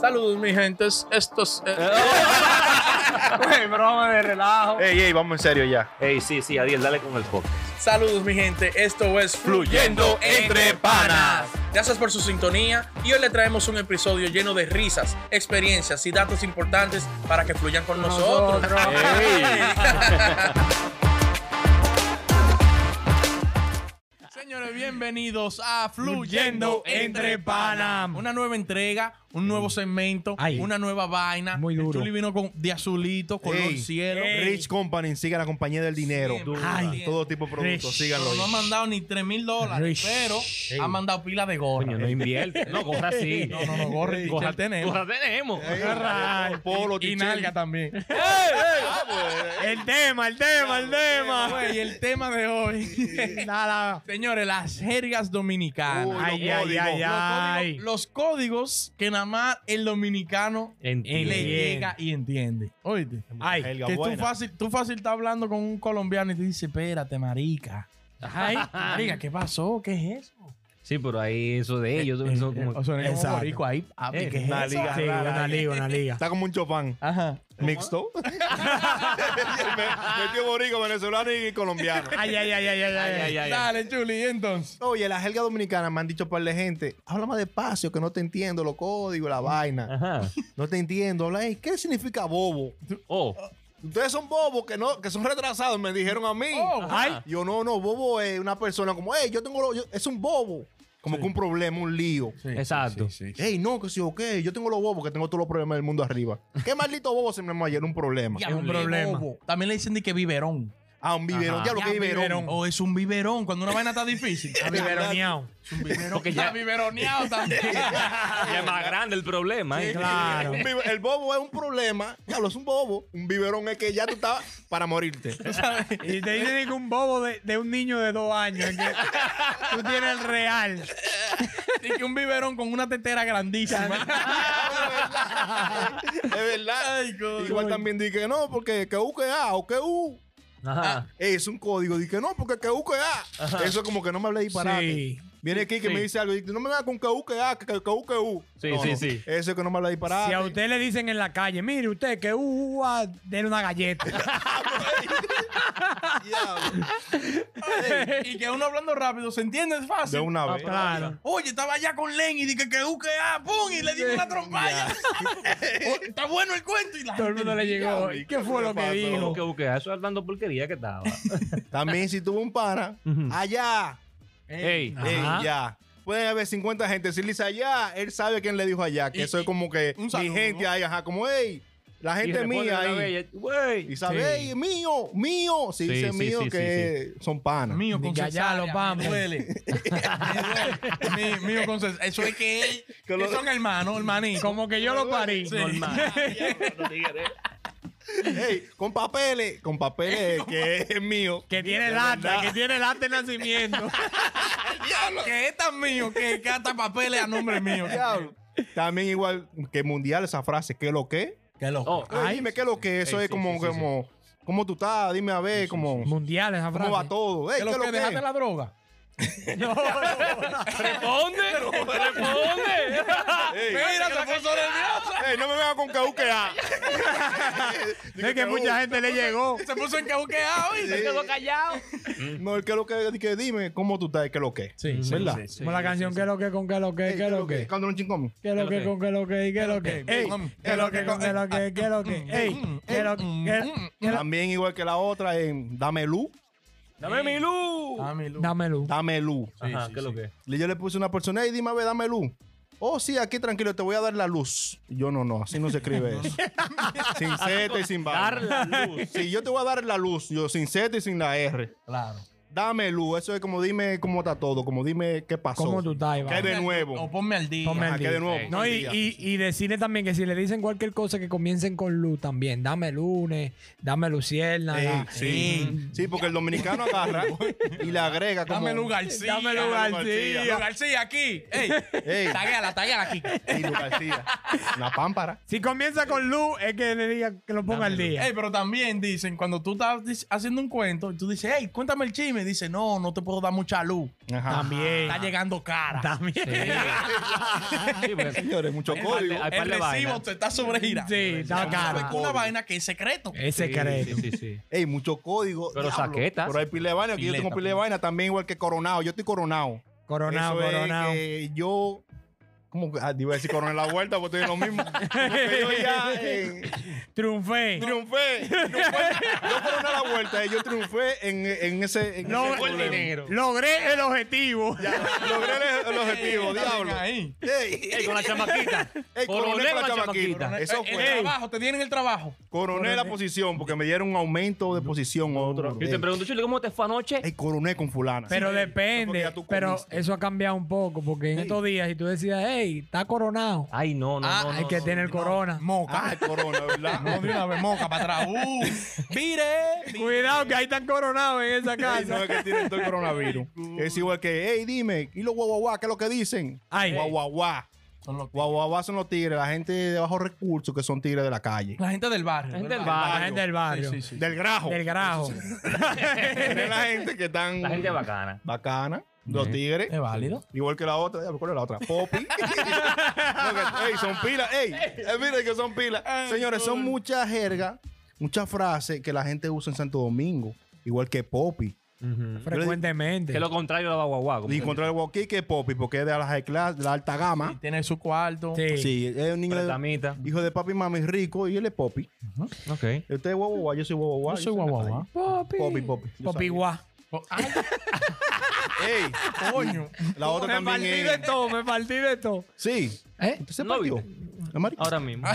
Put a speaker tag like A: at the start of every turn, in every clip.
A: Saludos, mi gentes. Estos. eh,
B: Güey, broma de relajo.
C: Ey, ey, vamos en serio ya.
D: Ey, sí, sí, Adiel, dale con el podcast.
A: Saludos, mi gente. Esto es
C: Fluyendo Entre Panas.
A: Gracias por su sintonía y hoy le traemos un episodio lleno de risas, experiencias y datos importantes para que fluyan con nosotros. Señores, bienvenidos a Fluyendo Entre Panas. Una nueva entrega, un nuevo segmento,
B: Ay.
A: una nueva vaina.
B: Muy duro.
A: El Chuli vino con, de azulito, color
C: Ey,
A: cielo.
C: Rich Company, sigan la compañía del dinero.
A: Siempre.
B: Ay.
C: Todo tipo de productos,
B: Rich.
C: síganlo.
A: Pero no ha mandado ni 3 mil dólares,
B: Rish.
A: pero ha mandado pila de gorra.
D: Coño, no invierte. No, gorra sí.
A: No, no, no, gorra y
D: Gorra
A: t-shirt tenemos.
D: Gorra tenemos.
C: Ay, Polo,
A: y
C: t-shirt.
A: nalga también.
B: El tema, el tema, el tema.
A: Güey, y el tema de hoy.
B: Nada.
A: Señores, las jergas dominicanas.
C: Uy, los
B: Ay, ay,
C: códigos,
B: ay,
C: los
B: ay.
A: Los códigos que nada más el dominicano
D: Entiendo.
A: le
B: Entiende.
A: llega y entiende. Oíste.
B: Ay,
C: Helga,
A: Que tú
C: buena.
A: fácil, tú fácil estás hablando con un colombiano y te dice, espérate, marica. Ay, marica, ¿qué pasó? ¿Qué es eso?
D: Sí, pero ahí eso de ellos.
A: Eh,
D: eso
A: eh,
D: como-
A: o sea, es
B: Exacto.
A: un boricua ahí. papi,
D: Eh,
A: ¿qué es
C: una
A: eso?
C: liga.
B: Sí, una liga, una liga.
C: Está como un chopán
A: Ajá.
C: mixto. Me- Metió borico, venezolano y colombiano.
B: Ay, ay, ay, ay, ay, ay, ay.
A: Dale, Chuli, ¿y entonces.
C: Oye, la jerga dominicana me han dicho par de gente, habla más despacio que no te entiendo los códigos,
A: Mm.
C: la
A: Ah.
C: vaina.
D: Ajá.
C: No te entiendo. Habla, "Ey, ¿qué significa bobo?
D: Oh,
C: Ustedes son bobos que no, que son retrasados, me dijeron a mí.
A: Oh,
B: Ay,
C: Yo no, no, bobo es una persona como, hey, yo tengo, lo- yo- es un bobo. Como que un problema, un lío.
A: Sí,
D: Exacto.
A: sí, sí, sí.
C: Ey, no, que sí, ok, yo tengo los bobos, que tengo todos los problemas del mundo arriba. ¿Qué maldito bobo se me llamó ayer? Un problema.
A: Diablo,
D: un
A: qué
D: problema.
A: bobo. También le dicen de que biberón.
C: Ah, un biberón,
D: Ajá.
C: ya lo que
A: Ya,
C: biberón.
A: O es un biberón. Cuando una vaina está difícil. Está
B: biberoneado.
A: Es un biberón.
D: Porque
A: Está
D: ya-
A: biberoneado también.
D: y es más grande el problema. ¿eh?
B: Claro.
C: Un bibe- el bobo es un problema, ya lo es un bobo. Un biberón es que ya tú estás para morirte.
B: Y te dicen que un bobo de, de un niño de dos años. que tú tienes el real.
A: Y que un biberón con una tetera grandísima.
C: es verdad.
A: Ay, coño.
C: Igual también dije que no, porque que U que A o que U.
D: Ajá.
C: Es un código. Dije no, porque que U que A. Eso es como que no me hablé disparate.
B: Sí.
C: Viene aquí que
D: Sí.
C: me dice algo y dice, no me da con que U que A, que que U que U.
D: Sí,
C: No,
D: sí,
C: no.
D: sí.
C: Eso es que no me habla disparate.
B: Si a usted le dicen en la calle, mire usted que uva, denle una galleta.
C: Diablo.
A: y que uno hablando rápido se entiende fácil.
C: De una vez.
B: Claro.
A: Oye, estaba allá con Len y dije que u que ah, pum, y le di una trompalla. O, Está bueno el cuento y la
B: Todo el
A: gente-
B: mundo le llegó.
C: diablo,
B: ¿Qué fue lo que
C: pasó?
B: dijo?
D: Lo que busqué, eso es hablando porquería que estaba.
C: También si tuvo un pana,
D: Ujú.
C: allá.
D: Ey,
C: Ey,
B: Ajá.
C: ya. Pueden haber 50 gente. Si él dice allá, él sabe quién le dijo allá. Que
A: Y-
C: eso
A: y-
C: es como que
A: un
C: mi
A: saludo,
C: gente
A: ¿no?
C: ahí, ajá, como, hey, la
D: y
C: gente
D: responde
C: mía
D: una
C: ahí.
D: vez, Güey.
C: Y sabe, "Ey, mío, mío. Si
D: Sí,
C: dice
D: sí,
C: mío,
D: sí,
C: que son panas.
A: Mío con
B: Ni que allá
A: cesárea,
B: lo vamos.
A: me duele. Me duele. Mío- Mío con cesárea. Eso es que, él-
C: Que lo-
A: que son hermanos, hermanín.
B: Como que yo lo parí.
A: Sí.
B: Normal.
C: Ey, con papeles, con papeles, que es mío.
B: Que tiene lata, que tiene lata de nacimiento.
A: Que es tan mío, que, que hasta papeles a nombre mío.
C: Diablo. También igual que mundial esa frase, ¿qué lo que?
A: Qué loco.
D: Oh,
C: Ey, dime qué lo que, eso
D: Ey,
C: es
D: sí,
C: como,
D: sí, sí,
C: como, ¿cómo tú estás? Dime a ver, como,
B: Mundial esa frase.
C: ¿cómo va todo? Ey,
A: ¿Qué lo que? ¿Dejaste la droga?
D: Responde, responde.
C: Ey,
A: Mira, se puso nervioso.
C: ey, no me vengas con que UQA.
B: Es que
C: "Uh,
B: mucha gente le llegó.
A: Se puso encauqueado. y-
D: Se quedó callado.
C: No, el que lo que, que dime, ¿cómo tú estás? ¿Qué lo que?
A: Sí,
D: sí,
C: ¿Verdad?
D: sí, sí.
B: Como la canción, que lo que, con que lo que,
C: Ey,
B: que lo que.
C: Cuando un chingón.
B: Que lo que, con que lo que, y que lo que. Ey, que lo que, con que lo que, que lo que. Ey, que lo que.
C: um,
B: que lo-
C: También igual que la otra en Dame Luz,
D: Dame mi luz.
A: Dame Ah, luz.
B: Dame luz.
C: Dame Luz.
D: Ajá, ¿qué es lo que? es?
C: Y Yo le puse a una persona, y dime a ver, dame luz. Oh, sí, aquí tranquilo, te voy a dar la luz. Y yo no, no, así no se escribe eso. sin Z y sin
D: Dar
C: vaina.
D: la luz.
C: Sí, yo te voy a dar la luz, yo sin Z y sin la R.
A: Claro.
C: Dame luz, eso es como dime cómo está todo, como dime qué pasó.
B: ¿Cómo tú estás, Iván?
C: ¿Qué de nuevo?
A: O ponme al día.
B: Ponme al
C: Ajá, ¿qué de nuevo?
D: Sí.
B: No, y,
C: Día.
B: y, y decirle también que si le dicen cualquier cosa que comiencen con luz también. Dame lunes, dame lucierna.
C: Sí, sí. Sí, porque el dominicano agarra y le agrega como.
A: Dame luz, García.
B: Dame luz, García.
A: Luz, García, aquí. Ey,
C: Ey.
A: tagueala, tagueala aquí.
C: Y Luz García. Una pámpara.
B: Si comienza con Lu, es que le diga que lo ponga al día.
A: Ey, pero también dicen, cuando tú estás dis- haciendo un cuento, tú dices, hey, cuéntame el chisme. Dice, no, no te puedo dar mucha luz.
C: Ajá.
B: También.
A: Está llegando cara.
B: También.
D: Sí, porque
C: Señores, mucho
D: Hay
C: código.
D: par de-
A: el
D: hay par de
A: recibo
D: vainas.
A: te está sobregirando.
B: Sí, Eh, está
A: Sabes que
B: caro.
A: una vaina que es secreto.
B: Es
D: Sí,
B: secreto.
D: Sí, sí, sí.
C: Ey, mucho código.
D: Pero saquetas.
C: Pero hay pile de vaina. Aquí yo tengo
D: Pileta, pues.
C: pile de vaina también, igual que coronado. Yo estoy coronado.
B: Coronado,
C: Eso es
B: coronado.
C: que yo. ¿Cómo que? Ah, iba a decir coronel la vuelta, porque estoy en lo mismo. Como que yo ya eh,
B: Triunfé.
C: triunfé. triunfé. Yo coroné la vuelta y yo triunfé en, en ese. En ese
B: Logré-
A: eh,
C: problema.
B: Logré el objetivo.
C: Logré el, el objetivo, diablo.
A: Ahí.
C: Ey,
D: Ey, con la chamaquita.
C: ey, coroné con la chamaquita. Eso
A: Eh, El, el
C: fue.
A: trabajo, te tienen el trabajo.
C: Coroné la posición porque me dieron un aumento de posición. Otro.
D: Yo te pregunto, Chile, ¿cómo te fue anoche?
C: Ey, coroné con fulana.
B: Pero
C: porque
B: depende.
C: ya tú
B: Pero
C: comiste.
B: eso ha cambiado un poco, porque en
C: Ey.
B: estos días, si tú decías, hey, está coronado,
D: Ay, no, no,
A: Ah,
D: no.
B: hay
D: no,
B: que
D: no.
B: tener el corona.
C: Ah, el corona, ¿verdad?
A: No, de una vez, moca para atrás. Uh, mire.
B: Cuidado, que ahí están coronados en esa
C: Ey, no
B: casa.
C: es que tienen todo el coronavirus. es igual que, hey, dime, ¿y los guaguaguá? ¿Qué es lo que dicen?
B: Ay.
C: Guaguaguá.
A: Son los-
C: Guaguaguá son los tigres, la gente de bajos recursos que son tigres de la calle.
A: La gente del barrio.
D: La gente del
B: La
D: barrio.
B: gente del barrio.
A: Sí, sí, sí.
C: Del grajo.
B: Del grajo.
C: Es la gente que están
D: La gente bacana.
C: bacana. Los tigres.
A: Es válido.
C: Igual que la otra, ya, ¿cuál es la otra? Poppy. No, que- ey, son pilas, ey. Eh, Mira que son pilas. Señores, son muchas jergas, muchas frases que la gente usa en Santo Domingo. Igual que Poppy.
D: Que
B: Frecuentemente.
D: es lo contrario de la guaguá. como
C: Y
D: que-
C: contra el Waukee que es Poppy, porque es de la high class, de la alta
A: Y
C: gama.
A: tiene su cuarto.
B: Sí.
C: Sí, es un niño de-
D: Pretamita.
C: hijo de papi y mami rico y él es Poppy.
D: Ok.
C: Usted es guau, yo soy guau,
A: Yo soy guaguaguá.
B: Popi.
C: Popi, popi. Yo
B: Popi
C: sabía.
B: guá.
A: Ay,
C: Ey,
A: coño.
C: la otra
B: Me partí
C: también
B: de
C: es.
B: todo, me partí de todo.
C: Sí.
B: ¿Eh?
C: Usted se
D: ¿No
C: partió. La marica.
D: Ahora mismo.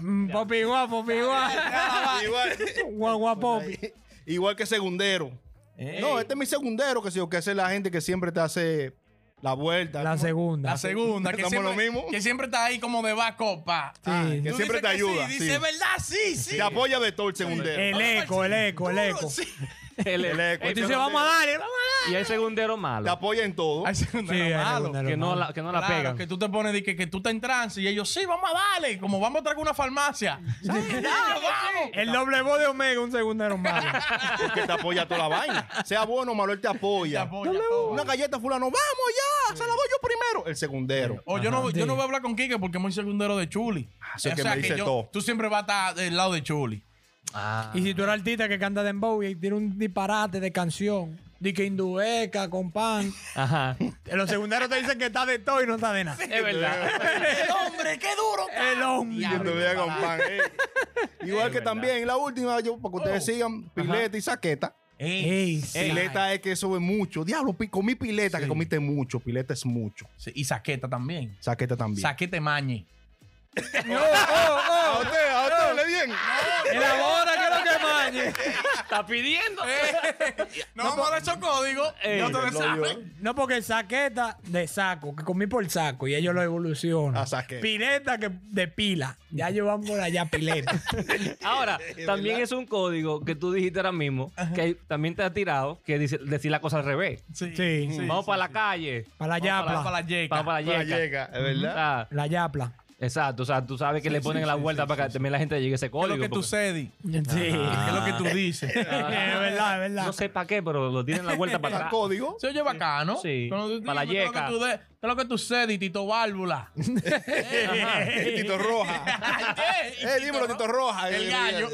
B: Mm, Popi guá, popi guá.
C: Ah, Igual,
B: Guá, guá, popi.
C: igual que segundero. No, este es mi segundero, que sí, o que ese es la gente que siempre te hace la vuelta.
B: La
C: ¿no?
B: segunda.
A: La segunda, que
C: Estamos
A: siempre,
C: lo mismo.
A: que siempre está ahí como de backup, pa.
C: Ah,
B: Sí.
C: que
A: Tú dices
C: siempre te
A: que
C: ayuda.
A: Sí,
C: sí.
A: dice verdad, sí, sí.
C: Te apoya de todo el segundero.
B: El eco, el eco, el eco.
A: Sí.
D: El,
C: El eco.
D: Ey,
C: Dice,
B: Dice,
D: pero-
B: vamos a darle, vamos a
D: Y hay segundero malo.
C: Te apoya en todo.
A: Ay, sí, no
B: darle. Sí,
A: era
B: hay
A: malo.
B: segunda,
D: que, no
B: hermano.
D: la, que no la
A: Claro,
D: pegan.
A: que tú te pones de que, que tú estás en trance y ellos, sí, vamos a darle, como vamos a traer una farmacia. Sí, vamos, vamos.
B: El doble voz de Omega, un segundero malo.
C: Porque te apoya toda la vaina. Sea bueno o malo, él te
A: Te
C: apoya.
A: apoya todo.
C: Una galleta fulano, vamos ya, se la doy yo primero. El segundero.
A: O yo no, yo
B: sí.
A: no voy a hablar con Kike porque es muy segundero de Chuli.
C: Ah, eso es que me dice
A: yo-
C: todo.
A: Tú siempre vas a estar del lado de Chuli.
D: Ah.
B: Y si tú eres artista que canta dembow y tiene un disparate de canción, di que hindueca, con pan,
D: Ajá.
B: los segunderos te dicen que está de todo y no está de nada.
D: Es verdad.
A: ¡El hombre, qué duro!
B: El hombre.
C: Que te vea con pan, eh. Igual que también la última, yo, para que ustedes sigan, pileta y saqueta.
B: Ey, sí.
C: Pileta es que eso es mucho. Diablo, pi- comí pileta, que comiste mucho. Pileta es mucho.
A: Sí, y Saqueta también.
C: Saqueta también. Ah,
A: Saqueta mañe.
C: a usted, a usted, le bien.
B: Elabora, que es lo que mañe.
D: Está pidiendo.
A: No, vamos a dar esos códigos.
D: Ey,
A: no te
D: lo
A: lo sabes.
B: No, porque saqueta de saco, que comí por saco y ellos lo evolucionan.
C: Ah, saqueta.
B: Pileta que de pila. Ya llevan por allá pileta.
D: Ahora, también es un código que tú dijiste ahora mismo, que también te ha tirado, que dice decir la cosa al revés.
A: Sí.
B: Sí.
D: Vamos para la calle.
B: Para la
D: Vamos
B: yapla.
A: Para la yeca.
D: Vamos para
C: Para
D: la yeca.
C: llega, es verdad.
D: Ah,
B: La yapla.
D: Exacto, o sea, tú sabes que le ponen la vuelta para que también la gente llegue a
A: ¿Qué
D: ese
A: es
D: código.
A: lo que tú
D: porque-
A: cedí?
B: Sí.
A: ¿Qué es lo que tú dices?
B: Es verdad, es verdad.
D: No sé para qué, pero lo tienen la vuelta para
C: Para
D: atrás.
C: código.
A: Se oye bacano.
D: Sí.
A: Cuando tú-
D: Para la
A: dime, ¿qué es lo
D: yeca.
A: que tú de- ¿Qué es lo que tú cedí, Tito Válvula?
C: Eh, Tito Roja. Eh, dímelo, Tito Roja.
A: El
C: Eh,
A: gallo.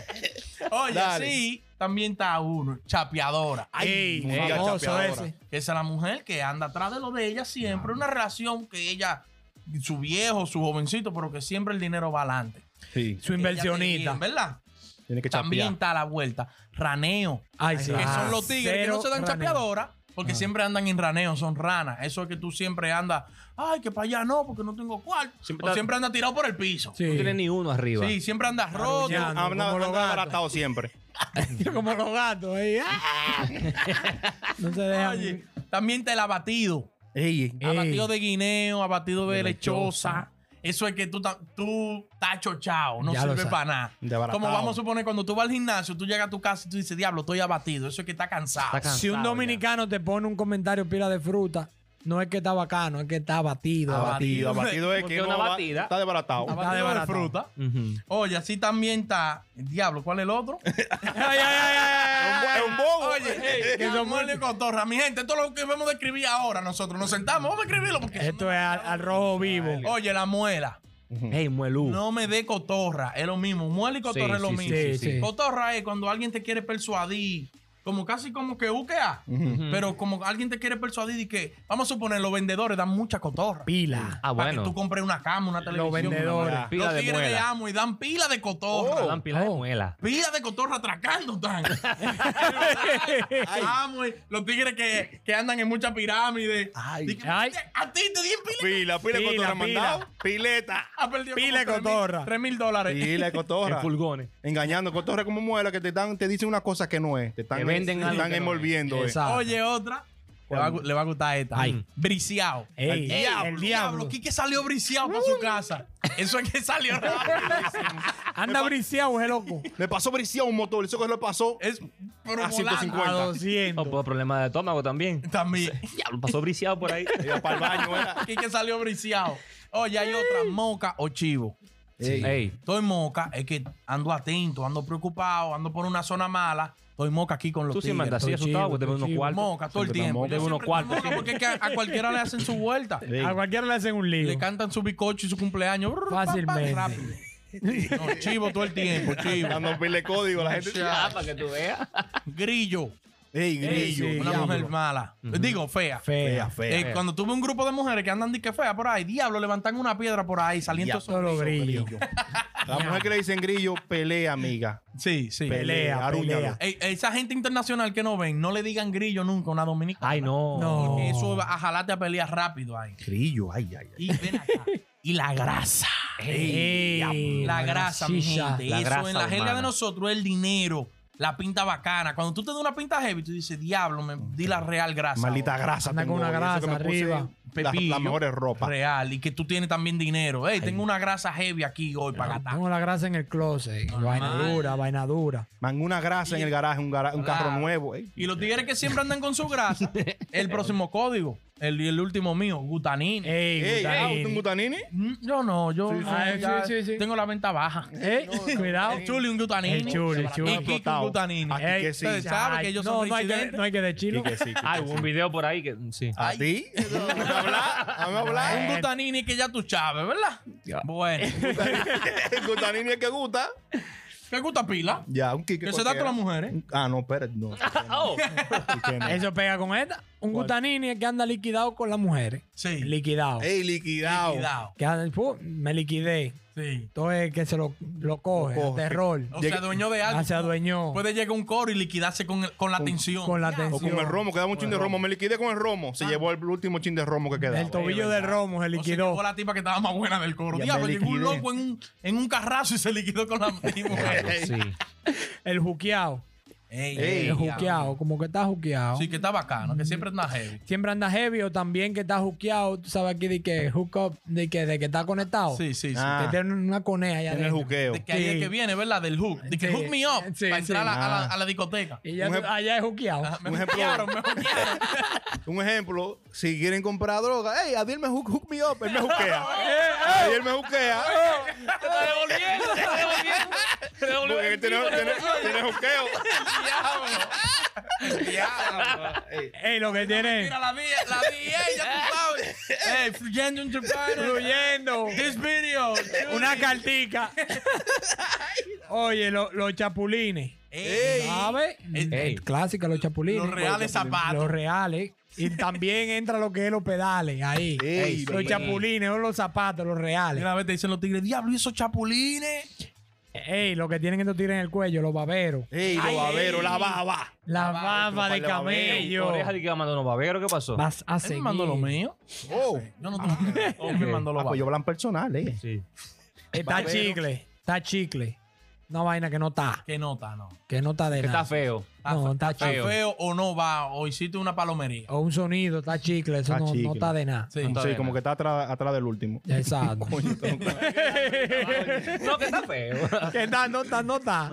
A: Oye,
C: Dale.
A: sí, también está uno, chapeadora. Ay,
B: Ey,
C: Mundial
B: famoso
C: chapeadora.
B: ese.
A: Esa es la mujer que anda atrás de lo de ella siempre. Una relación que ella, su viejo, su jovencito, pero que siempre el dinero va adelante.
C: Sí.
B: Su
A: Ella te
B: inversionista.
A: bien, ¿Verdad?
C: Tiene que
A: También
C: chapear.
A: está a la vuelta. Raneo.
B: Ay, sí.
A: que
B: Ah,
A: son los tigres que no se dan
B: cero
A: chapeadora porque siempre andan en raneo, son ranas. Eso es que tú siempre andas, ay, que para allá no, porque no tengo cuarto.
D: Siempre
A: o
D: está-
A: siempre andas tirado por el piso. Sí,
D: No tiene
B: Sí.
D: ni uno arriba.
A: siempre andas roto.
B: Arrullado.
C: Ah,
B: Como
C: anda-
B: los
C: anda
B: gatos.
C: abaratado siempre.
B: Como los gatos ahí. ¡Ah! No se dejan.
A: Oye, también te el abatido.
C: Ey,
B: Ey.
A: Abatido de guineo, abatido de,
B: De
A: lechosa.
B: lechosa.
A: Eso es que tú, ta- tú estás chochao, no
B: Ya lo
A: sirve
B: sabes.
A: para nada.
C: De abaratado.
A: Como vamos a suponer, cuando tú vas al gimnasio, tú llegas a tu casa y tú dices, diablo, estoy abatido. Eso es que está cansado.
D: Está cansado
B: Si un
D: ya.
B: dominicano te pone un comentario pila de fruta, no es que está bacano, es que está batido.
C: Abatido, abatido es
D: Porque
C: que
D: una
C: no va-
D: batida.
C: está desbaratado.
B: Abatido.
A: Abatido de
B: desbaratado.
A: fruta. Oye, así también está. Diablo, ¿cuál es el otro?
B: Ay, ay, ay, ay, ay.
C: Es un bobo.
A: Oye, que son muertos y cotorra. Mi gente, esto es lo que vamos a escribir ahora. Nosotros nos sentamos, vamos a escribirlo. Porque
B: Esto es al, al rojo vivo.
A: Oye, la muela.
D: Hey, muelú.
A: No me dé cotorra. Es lo mismo. Muela y cotorra
D: Uh. Sí,
A: es lo
D: sí, sí,
A: mismo.
D: sí,
B: Sí, sí.
A: Cotorra es cuando alguien te quiere persuadir. Como casi como que UKA. Pero como alguien te quiere persuadir y que, vamos a suponer, los vendedores dan mucha cotorra.
B: Pila.
D: Ah,
A: Para que
D: bueno.
A: tú compres una cama, una televisión. una
B: vendedores.
A: vaina.
D: Pila de
A: los tigres de
D: muela.
A: amo y dan pila de cotorra.
D: Dan pila de muela.
A: Pila de cotorra atracando, tan. Amo, y los tigres que, que andan en muchas pirámides.
C: Ay.
A: Dije,
B: Ay.
A: A ti te di en pila.
C: Pila, pila, de
B: Pila,
C: cotorra
B: pila.
C: mandado. Pileta.
A: Ha perdido
B: Pila de cotorra.
A: 3 mil dólares.
C: Pila de
D: En
C: cotorra.
D: pulgones.
C: Engañando, cotorra como muela que te dan, te dicen una cosa que no es. Te están,
D: Te venden
C: te
D: algo
C: están
D: que no
C: envolviendo. eh.
B: Exacto.
A: Oye, otra. Le va, a gu- le va a gustar esta.
B: Ay.
A: Briseado.
B: Ey,
A: el
B: ey,
A: diablo.
B: el diablo. Mm.
A: Quique salió briseado para su casa. Eso es que salió rapidísimo.
B: Anda briseado, es loco.
C: Le pasó bricía un motor, eso que le pasó.
A: Es pero
C: A 150.
A: volando.
B: A
D: O
B: 200.
D: por problemas de estómago también.
A: También.
D: Diablo, pasó briciado por ahí.
C: Iba para el baño, era.
A: Quique salió briseado. Oye, hay otra. Moca o chivo.
D: Ey,
A: Estoy moca, es que ando atento, ando preocupado, ando por una zona mala. Estoy moca aquí con los
D: tú sí
A: tigres.
D: me andas así
B: estoy
D: asustado
B: chivo,
D: porque te ves
B: estoy
D: unos
B: chivo.
D: cuartos.
A: moca todo el
C: Siempre
A: tiempo.
C: estamos
A: Yo
D: mocos.
A: siempre
D: Tengo unos
A: estoy moca Porque es que a, a cualquiera le hacen su vuelta.
B: A cualquiera le hacen un lío.
A: Le cantan su bicocho y su cumpleaños. brr, pa, pa,
B: Fácilmente.
A: rápido. No, chivo todo el tiempo, chivo.
C: Dando pile código a la gente.
D: Ah, para que tú veas.
A: Grillo.
C: Ey,
B: sí,
C: grillo.
A: Una
B: diablo.
A: mujer mala. Digo, fea.
B: Fea.
A: Eh, cuando tuve un grupo de mujeres que andan que fea por ahí, diablo, levantan una piedra por ahí, saliendo
B: Todos los grillos.
C: La mujer que le dicen grillo, pelea, amiga.
A: Sí, sí.
B: Pelea,
C: Arúñalo.
B: pelea.
A: Ey, esa gente internacional que no ven, no le digan grillo nunca a una dominicana.
D: Ay, no.
B: No.
A: Porque Eso va a jalarte a pelear rápido ahí.
C: Grillo, ay, ay,
A: Y,
C: ay.
A: ven acá. Y la grasa.
B: Ey,
A: La grasa, mi
B: grasilla.
A: gente.
D: La
A: Eso
D: grasa
A: en la agenda
D: humana.
A: de nosotros es el dinero, la pinta bacana. Cuando tú te das una pinta heavy, tú dices, diablo, me di la real grasa.
C: Maldita grasa.
B: Anda
C: tengo
B: con una
C: hoy, eso
B: grasa
C: que me puse
B: arriba.
C: Las
A: Pepillo.
C: las mejores
A: ahora.
C: ropas.
A: Real. Y que tú tienes también dinero. Ey, tengo una grasa heavy aquí hoy para gastar.
B: Tengo la grasa en el closet. Vaina dura, vaina dura.
C: Man, una grasa en el garaje, un, gara- un carro nuevo. ey.
A: Y los tigres que siempre andan con su grasa, el próximo código, el, el último mío, gutanini.
B: Ey,
C: Ey, ah,
B: Gutanini.
C: ¿un gutanini?
A: Mm, Yo no, yo no,
B: Ah,
A: ya
B: Eh. sí, sí, sí.
A: tengo la venta baja.
B: Ey, ¿Eh? cuidado.
A: El chuli, un gutanini.
B: El chuli, el chuli.
A: Y Kiki, un gutanini.
C: Aquí
B: Ey,
C: que sí.
A: ustedes saben que ellos
B: no,
A: son
B: no hay que,
A: reincidentes.
B: no hay que decirlo.
C: Que sí, que
D: Ay,
C: sí.
D: hubo un video por ahí que. mm, Sí.
C: ¿A ti? Vamos a hablar. Vamos a
A: Un
C: hablar.
A: gutanini que ya tú sabes, ¿verdad? Bueno.
C: El gutanini es que gusta.
A: ¿Qué gusta pila?
C: Ya, un Quique
A: Que se da
C: cualquiera.
A: con las mujeres.
C: Ah, no, espérate. No.
D: Oh.
C: Quique no.
B: Eso pega con esta. Un gutanini es que anda liquidado con las mujeres.
A: Sí.
B: Liquidado.
C: Ey, liquidado.
A: Cuidado.
B: Que anda, ¡pum! me liquidé.
A: Sí.
B: Entonces que se lo, lo coge,
C: Lo coge.
B: terror.
A: O sea, dueño de algo.
B: Ah, se adueñó
A: Puede llegar un coro y liquidarse con, el- con la tensión.
B: con la
C: O
B: tensión.
C: con el romo, quedaba un chin de romo. Ah. Me liquidé con el romo. Se llevó el último chin de romo que quedaba.
B: El tobillo del romo se
A: O se llevó
B: liquidó.
A: la tipa que estaba más buena del coro.
C: Ya
A: Diablo,
C: me
A: llegó un
C: liquidé.
A: loco en un, en un carrazo y se liquidó con la mujer.
D: Sí.
B: El juqueado.
A: Ey,
C: Ey,
B: El juqueado. Como que está juqueado.
A: Sí, que está bacano, que siempre anda heavy.
B: Siempre anda heavy o también que está juqueado. Tú sabes aquí de que hook up, de que, de que está conectado.
A: Sí, sí, sí.
C: Ah,
B: Que tiene una conea allá
C: en el
B: adentro.
C: juqueo.
A: De que ahí es
B: Sí.
A: que viene, ¿verdad? Del hook. De que
B: Sí.
A: hook me up
B: Sí,
A: para
B: sí.
A: entrar a, la, a la-
C: Ah.
A: a la discoteca.
B: Y ya
C: Un
B: tú-
C: ejemplo-
B: allá es juqueado.
A: Ajá, Me
C: Un ejemplo.
A: hackearon, me hackearon.
C: Un ejemplo, si quieren comprar droga, hey, Adiel me hook, hook me up, él me juquea. Adiel me juquea.
D: Te está devolviendo, te está devolviendo. Te devolvió
C: Porque
D: el tipo,
C: tiene, tiene, tiene juqueo.
B: Ey, lo que tiene.
A: Mira la día, la día, ya tú sabes. Ey, fluyendo en Japan.
B: Fluyendo.
A: This video.
B: Una cartica. Oye, lo- los chapulines.
A: Ey. Eh,
B: ¿Sabes?
D: Ey.
B: Clásica, los chapulines.
A: Los reales zapatos.
B: Los reales. Y también entra lo que es los pedales ahí.
C: Ey,
B: los
C: sí.
B: chapulines, o los zapatos, los reales.
A: Mira, a ver, te dicen los tigres, diablo, ¿y esos chapulines?
B: Ey, lo que tienen estos tigres en el cuello, los baberos.
C: Ey, los baberos, la baba.
B: Las babas de
C: los babas de
B: camello.
D: Oreja de que mandó unos baberos, ¿qué pasó?
B: Vas a
A: Él me
B: seguir.
A: mandó lo mío.
C: Oh,
A: Yo no tengo que ver. Él me
D: Ok.
A: mandó lo
C: ah, pues
A: bajo.
C: yo hablan personal, eh.
D: Sí.
B: Está
C: Babero.
B: chicle. Está chicle. Una vaina que no está.
A: Que nota, no.
B: Que no está de
D: Que
B: nada.
D: está feo.
B: No, está
A: Está
B: chicle.
A: feo o no va, o hiciste una palomería.
B: O un sonido, está chicle. Eso
C: Está
B: no, no
C: chicle.
B: está de nada.
A: Sí.
D: Está
C: Sí,
D: bien.
C: como que está atrás, atrás del último.
B: Exacto.
D: No, que está feo.
B: que está, no está, no está.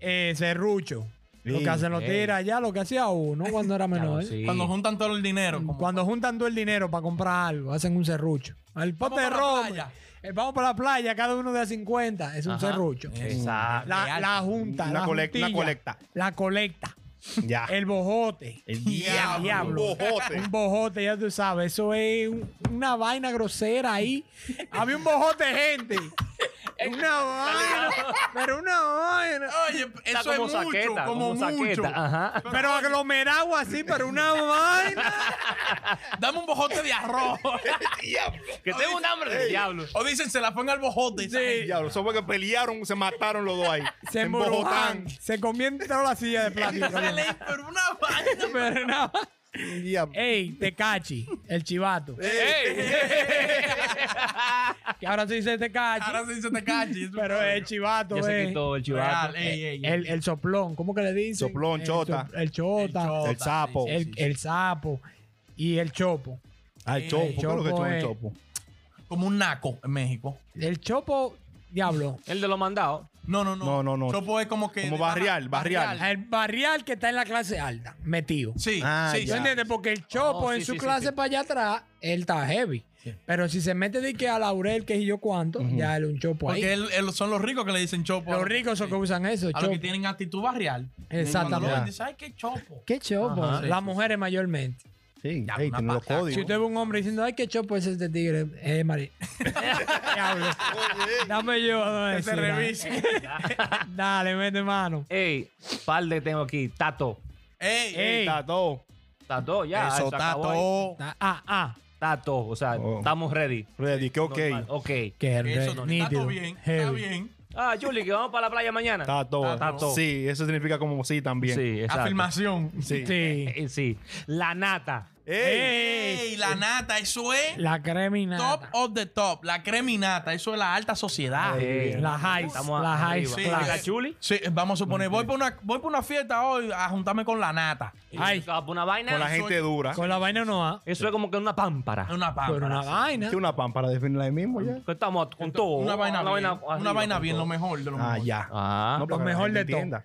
B: Eh, serrucho. Lo que hacen los
D: Ey.
B: tigres allá, lo que hacía uno cuando era menor. ¿eh?
D: sí.
A: Cuando juntan todo el dinero. como-
B: Cuando juntan todo el dinero para comprar algo, hacen un serrucho. El
A: Vamos
B: pote
A: para
B: de
A: la
B: romo.
A: playa.
B: eh, Vamos para la playa, cada uno de 50. Es un
D: Ajá.
B: serrucho.
D: Exacto.
B: La, la junta.
C: Una
B: la
C: colec- una
B: juntilla,
C: colecta. Ah.
B: La colecta.
C: Ya.
B: El bojote.
C: El
A: diablo.
B: diablo.
C: Un bojote.
B: Un bojote, ya tú sabes. Eso es un- una vaina grosera ahí. Había un bojote de gente. una vaina. pero una vaina.
A: Oye,
D: Está
A: eso es mucho,
D: saqueta,
A: como, mucho.
D: saqueta, Ajá.
B: Pero aglomerado así, pero una vaina.
A: Dame un bojote de arroz.
D: Que tengo un hambre del diablo.
A: o dicen, se la ponga al bojote.
C: El diablo. Eso fue que pelearon, se mataron los dos ahí.
B: Se
C: En Bogotán.
B: emborrojan. Se convierte en la silla de plástico.
A: Dale, pero una vaina.
B: pero nada más.
C: El diablo.
B: Ey, Tecachi, el chivato. Que ahora se dice Tecachi,
A: Ahora sí se te calle.
B: pero el chivato eh.
D: Ya se
B: es
D: quitó el chivato.
A: Real, ey, ey, ey.
B: el, el soplón. ¿Cómo que le dicen?
C: Soplón,
B: el
C: chota.
B: sop- El chota,
C: El sapo.
B: el, el sapo y el chopo.
C: Ah, el chopo. ¿Qué es lo que
B: chopo
C: echó el
B: es-
C: chopo?
A: Como un naco en México.
B: El chopo, diablo.
D: El de los mandados.
A: No, no, no.
C: No, no, no.
A: Chopo es como que.
C: Como
A: de barra-
C: barrial, barrial.
B: El barrial que está en la clase alta, metido.
A: Eh, Sí,
C: Ah,
A: sí,
B: ¿Tú
C: ya.
A: sí.
B: entiendes? Porque el chopo
D: Oh,
B: en
D: sí,
B: su
D: sí, sí,
B: clase
D: sí.
B: para allá atrás, él está heavy. Pero si se mete de que a Laurel, que sé yo cuánto, ya él es un chopo ahí.
A: Porque él- él- son los ricos que le dicen chopo.
B: Los ricos son
A: Sí.
B: que usan eso,
A: A los que
B: chopo.
A: tienen actitud barrial. Cuando lo
B: Exactamente.
A: ven, dicen, ay, qué chopo.
B: Qué chopo.
A: Ajá, sí,
B: Las
A: sí,
B: mujeres mayormente.
C: Sí,
A: Ya,
C: ey,
A: una
C: tiene los
A: pataca.
B: Si
C: códigos.
B: usted ve un hombre diciendo, ay, qué chopo es este tigre, eh, Mari. Diablo. Dame yo. dame
A: Que se
B: eso, dale.
A: revise.
B: Dale, mete mano.
D: Ey, par de tengo aquí. Tato.
A: Ey,
B: Ey.
C: Está todo
D: Tato, ya.
A: eso
D: se acabó ahí.
A: tato.
B: Ah, ah.
D: Tato, o sea,
C: Oh.
D: estamos ready.
C: ready, que ok.
D: Normal, Ok.
B: Qué
A: Eso
B: re- nítido.
A: está bien. Está
B: heavy.
A: bien.
D: Ah, Juli, que vamos para la playa mañana.
C: Está todo.
D: Está todo.
C: Sí, eso significa como sí también.
D: Sí, exacto.
A: Afirmación.
C: Sí.
B: Sí.
D: Eh, sí. La nata.
C: Ey,
A: Ey, la nata, eso es
B: La cremina.
A: top of the top. La creminata, eso es la alta sociedad.
D: Eh,
B: La high.
D: Estamos
B: La high.
D: arriba.
A: Sí.
B: class.
D: La chuli.
A: Sí, vamos a suponer, voy por una, voy por una fiesta hoy a juntarme con la nata.
B: Ay.
D: Eso es Una vaina.
C: con la
D: eso
C: gente dura.
B: Con la vaina no va.
D: es- Eso es como que una pámpara.
A: Es Una
B: Pero una
A: pámpara.
B: vaina.
C: Que una pan para definirla ahí mismo ya.
D: Que Estamos con todo.
A: Una vaina bien. Una vaina,
D: arriba, con
A: bien,
D: todo.
A: lo mejor de lo mejor.
C: Ah, ya.
D: Ah.
C: No, para que la
B: mejor
C: gente
B: de todo.
C: entienda.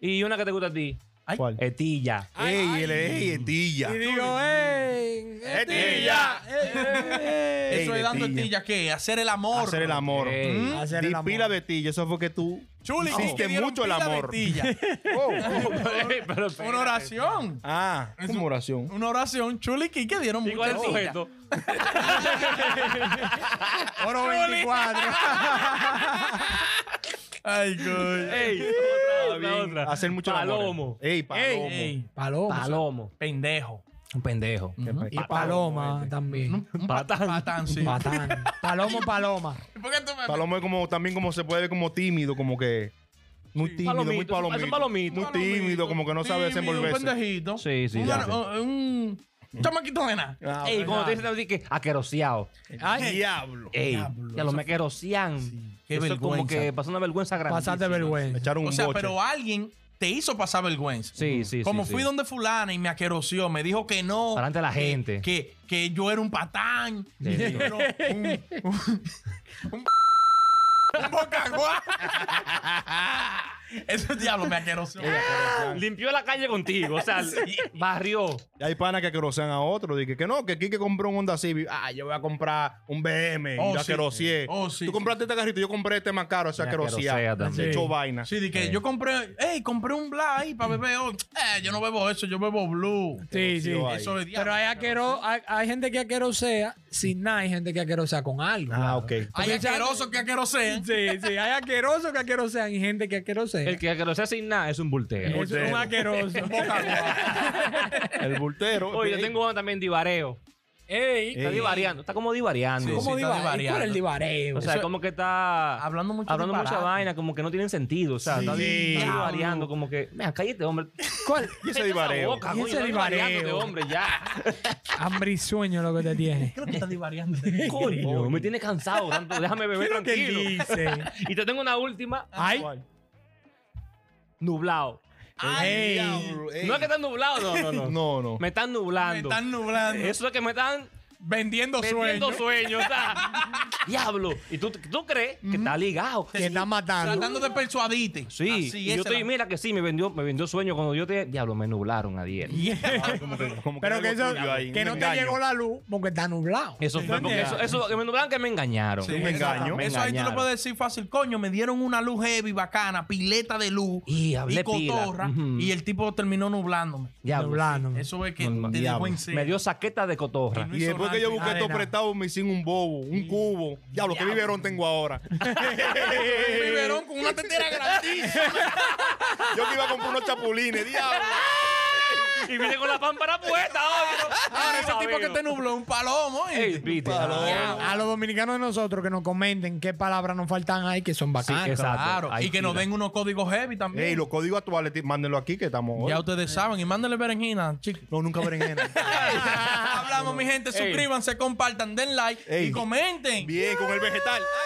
D: Y una que te gusta a ti.
A: Ay.
C: ¿Cuál?
D: Etilla.
C: Ey, el ey, etilla.
B: Y digo, ¡ey!
A: Eh,
B: este
C: Etilla.
B: ¡Ey!
A: Eso
C: Ey,
A: es dando
C: letilla.
A: estilla, ¿qué? Hacer el amor.
C: Hacer el amor.
D: Ey.
C: Mm.
B: Hacer el
C: Di
B: amor.
C: pila de etilla. Eso fue que tú
A: Chuli, que
C: hiciste
A: dieron
C: mucho el
A: pila de
C: amor.
A: estilla.
C: Oh.
D: Pero espérate.
A: Una oración.
C: Ah, como oración.
A: Una oración. Chuli, que que dieron
D: ¿Y cuál
A: mucha
D: es el
A: estilla.
D: sujeto?
B: Oro 24.
A: Ay, coño.
D: Ey, otra, otra, otra.
C: Hacer mucho el amor.
D: Palomo.
C: Ey, palomo.
A: Ey,
B: Palomo.
D: Palomo.
A: pendejo.
D: Un pendejo.
C: Ujú.
B: Y paloma también.
A: Un
D: Patán.
A: Patán, este. sí.
B: Patán. Palomo, paloma.
A: ¿Por qué tú me-
C: Palomo es como también como se puede ver como tímido, como que muy tímido, muy
D: Palomito,
C: palomito.
D: es un palomito.
C: Muy tímido, como que no
A: Tímido,
C: sabe
A: Un
C: desenvolverse.
A: pendejito.
D: Sí, sí,
A: Un,
D: ya sé.
A: un- un chamaquito de nada.
C: Ah,
D: Ey, cuando te dicen así que aqueroseado.
B: Ay,
C: diablo.
D: Ey,
A: Diablo,
D: ya lo
A: eso-
D: me aquerosean.
A: qué
D: Eso es como
A: vergüenza.
D: que pasó una vergüenza grande.
B: pasaste vergüenza.
C: Echaron un
A: O sea,
C: boche.
A: pero alguien te hizo pasar vergüenza.
D: Sí, sí, sí.
A: como
D: sí.
A: fui donde fulana y me aqueroció, me dijo que no.
D: Delante de la
A: que-
D: gente.
A: Que, que yo era un patán.
D: Sí, sí.
A: Pero un, un, un, un bocaguá. Eso es diablo, me aqueroció.
D: Limpió la calle contigo, o sea, barrió.
C: Y Hay panas que querosean a otro. Dije que no, que Kike compró un Honda Civic. Ah, yo voy a comprar un BM.
A: Oh,
C: y yo
A: sí.
C: querosié.
A: Oh, sí, sí.
C: Tú compraste este carrito, yo compré este más caro. O sea,
D: Ya
C: querosía.
D: querosea también.
C: Hecho
B: Sí.
C: vaina.
A: Sí, de que yo compré, hey, compré un bla ahí para beber hoy. Eh, yo no bebo eso, yo bebo blue.
B: Sí, sí.
C: Ay.
A: Eso es diablo.
B: Pero hay, aquero, hay, hay gente que aquerosea sin nada, hay gente que aquerosea con algo.
C: Ah, ok.
A: Hay
B: Porque ya-
A: asquerosos que aquerosean.
B: Sí, sí, hay aquerosos que aquerosean y gente que aquerosea.
D: El que aquerosea sin nada es un bultero.
B: Es un aqueroso.
C: El bultero.
D: Oye, yo tengo uno también divareo.
B: Ey,
D: Está
C: Ey.
D: divariando, está como divariando.
A: Sí,
B: ¿cómo
A: sí, está
B: diva-
A: divariando.
B: ¿Cuál es el divareo?
D: O sea,
A: Eso-
D: como que está
A: Hablando mucho
D: hablando mucha
A: disparate.
D: vaina, como que no tienen sentido. O sea,
C: Sí.
D: está, está
B: Sí.
D: divariando, como que, mira, cállate, hombre.
C: Y
B: ¿Cuál?
C: ese
D: Cállate la
C: divareo.
D: boca,
B: ¿Y
D: coño,
B: ese
D: está
B: divareo?
D: divariándote, hombre, ya.
B: Hambre y sueño lo que te tiene.
A: Creo que está divariando. este
D: Coño, me tiene cansado tanto. Déjame beber
B: ¿Qué es
D: tranquilo.
B: lo que dice?
D: Y te tengo una última.
B: Ay,
D: Nublado.
A: Ay,
C: Diablo, ey.
D: No es que está nublado, no, no, no.
C: No, no.
D: Me están
A: me
D: nublando.
A: están nublando.
D: Eso es que me están
A: vendiendo
D: Vendiendo
A: sueños.
D: sueños. o sea, Diablo. Y tú, tú crees que está ligado.
B: Que está matando.
A: Tratando de persuadirte.
D: Sí,
A: Así
D: y
A: es
D: yo
A: el
D: estoy, mira que sí, me vendió, me vendió sueño cuando yo te. Diablo, me nublaron a 10.
C: Como que- como
B: Pero que,
C: algo
B: eso,
C: tuyo ahí,
B: que
C: un
B: no te
C: engaño.
B: llegó la luz porque está nublado.
D: Eso fue porque eso, eso, que me nublaron que me engañaron.
A: Sí,
C: Un engaño.
D: Me
A: Eso ahí tú lo
D: engañaron.
A: puedes decir fácil, coño, me dieron una luz heavy, bacana, pileta de luz
D: Y hablé pila.
A: cotorra,
D: Ujú.
A: y el tipo terminó nublándome.
D: Diablo.
B: Nublando.
A: Eso es que
D: Normal.
A: te
C: Diablo.
A: dejó en serio.
D: Mm, Me dio saqueta de cotorra.
A: no
C: Y
A: hizo
C: después que
A: nada,
C: yo busqué
A: nada de
C: todo
A: nada.
C: prestado, me hicieron un bobo, un cubo. Diablo, ¿qué biberón tengo ahora?
A: Un biberón con una tetera grandísima.
C: Yo que iba a comprar unos chapulines, diablo.
D: Y viene con la pámpara puesta.
A: Ahora ese tipo que te nubló, un palomo. ¿eh?
D: Ey, viste. ah,
B: A los dominicanos de nosotros que nos comenten qué palabras nos faltan ahí que son
D: Sí,
B: bacanas.
D: exacto.
A: Ah, Claro,
D: Ahí
A: y que nos
D: tira.
A: den unos códigos heavy también.
C: Ey, los códigos actuales, tí- mándenlo aquí que estamos.
A: Ya ustedes saben, y mándenle berenjina, chicos.
C: No, nunca berenjena.
A: Hablamos, mi gente, suscríbanse, compartan, den like
C: Ey.
A: y comenten.
C: Bien, con el vegetal. Ay.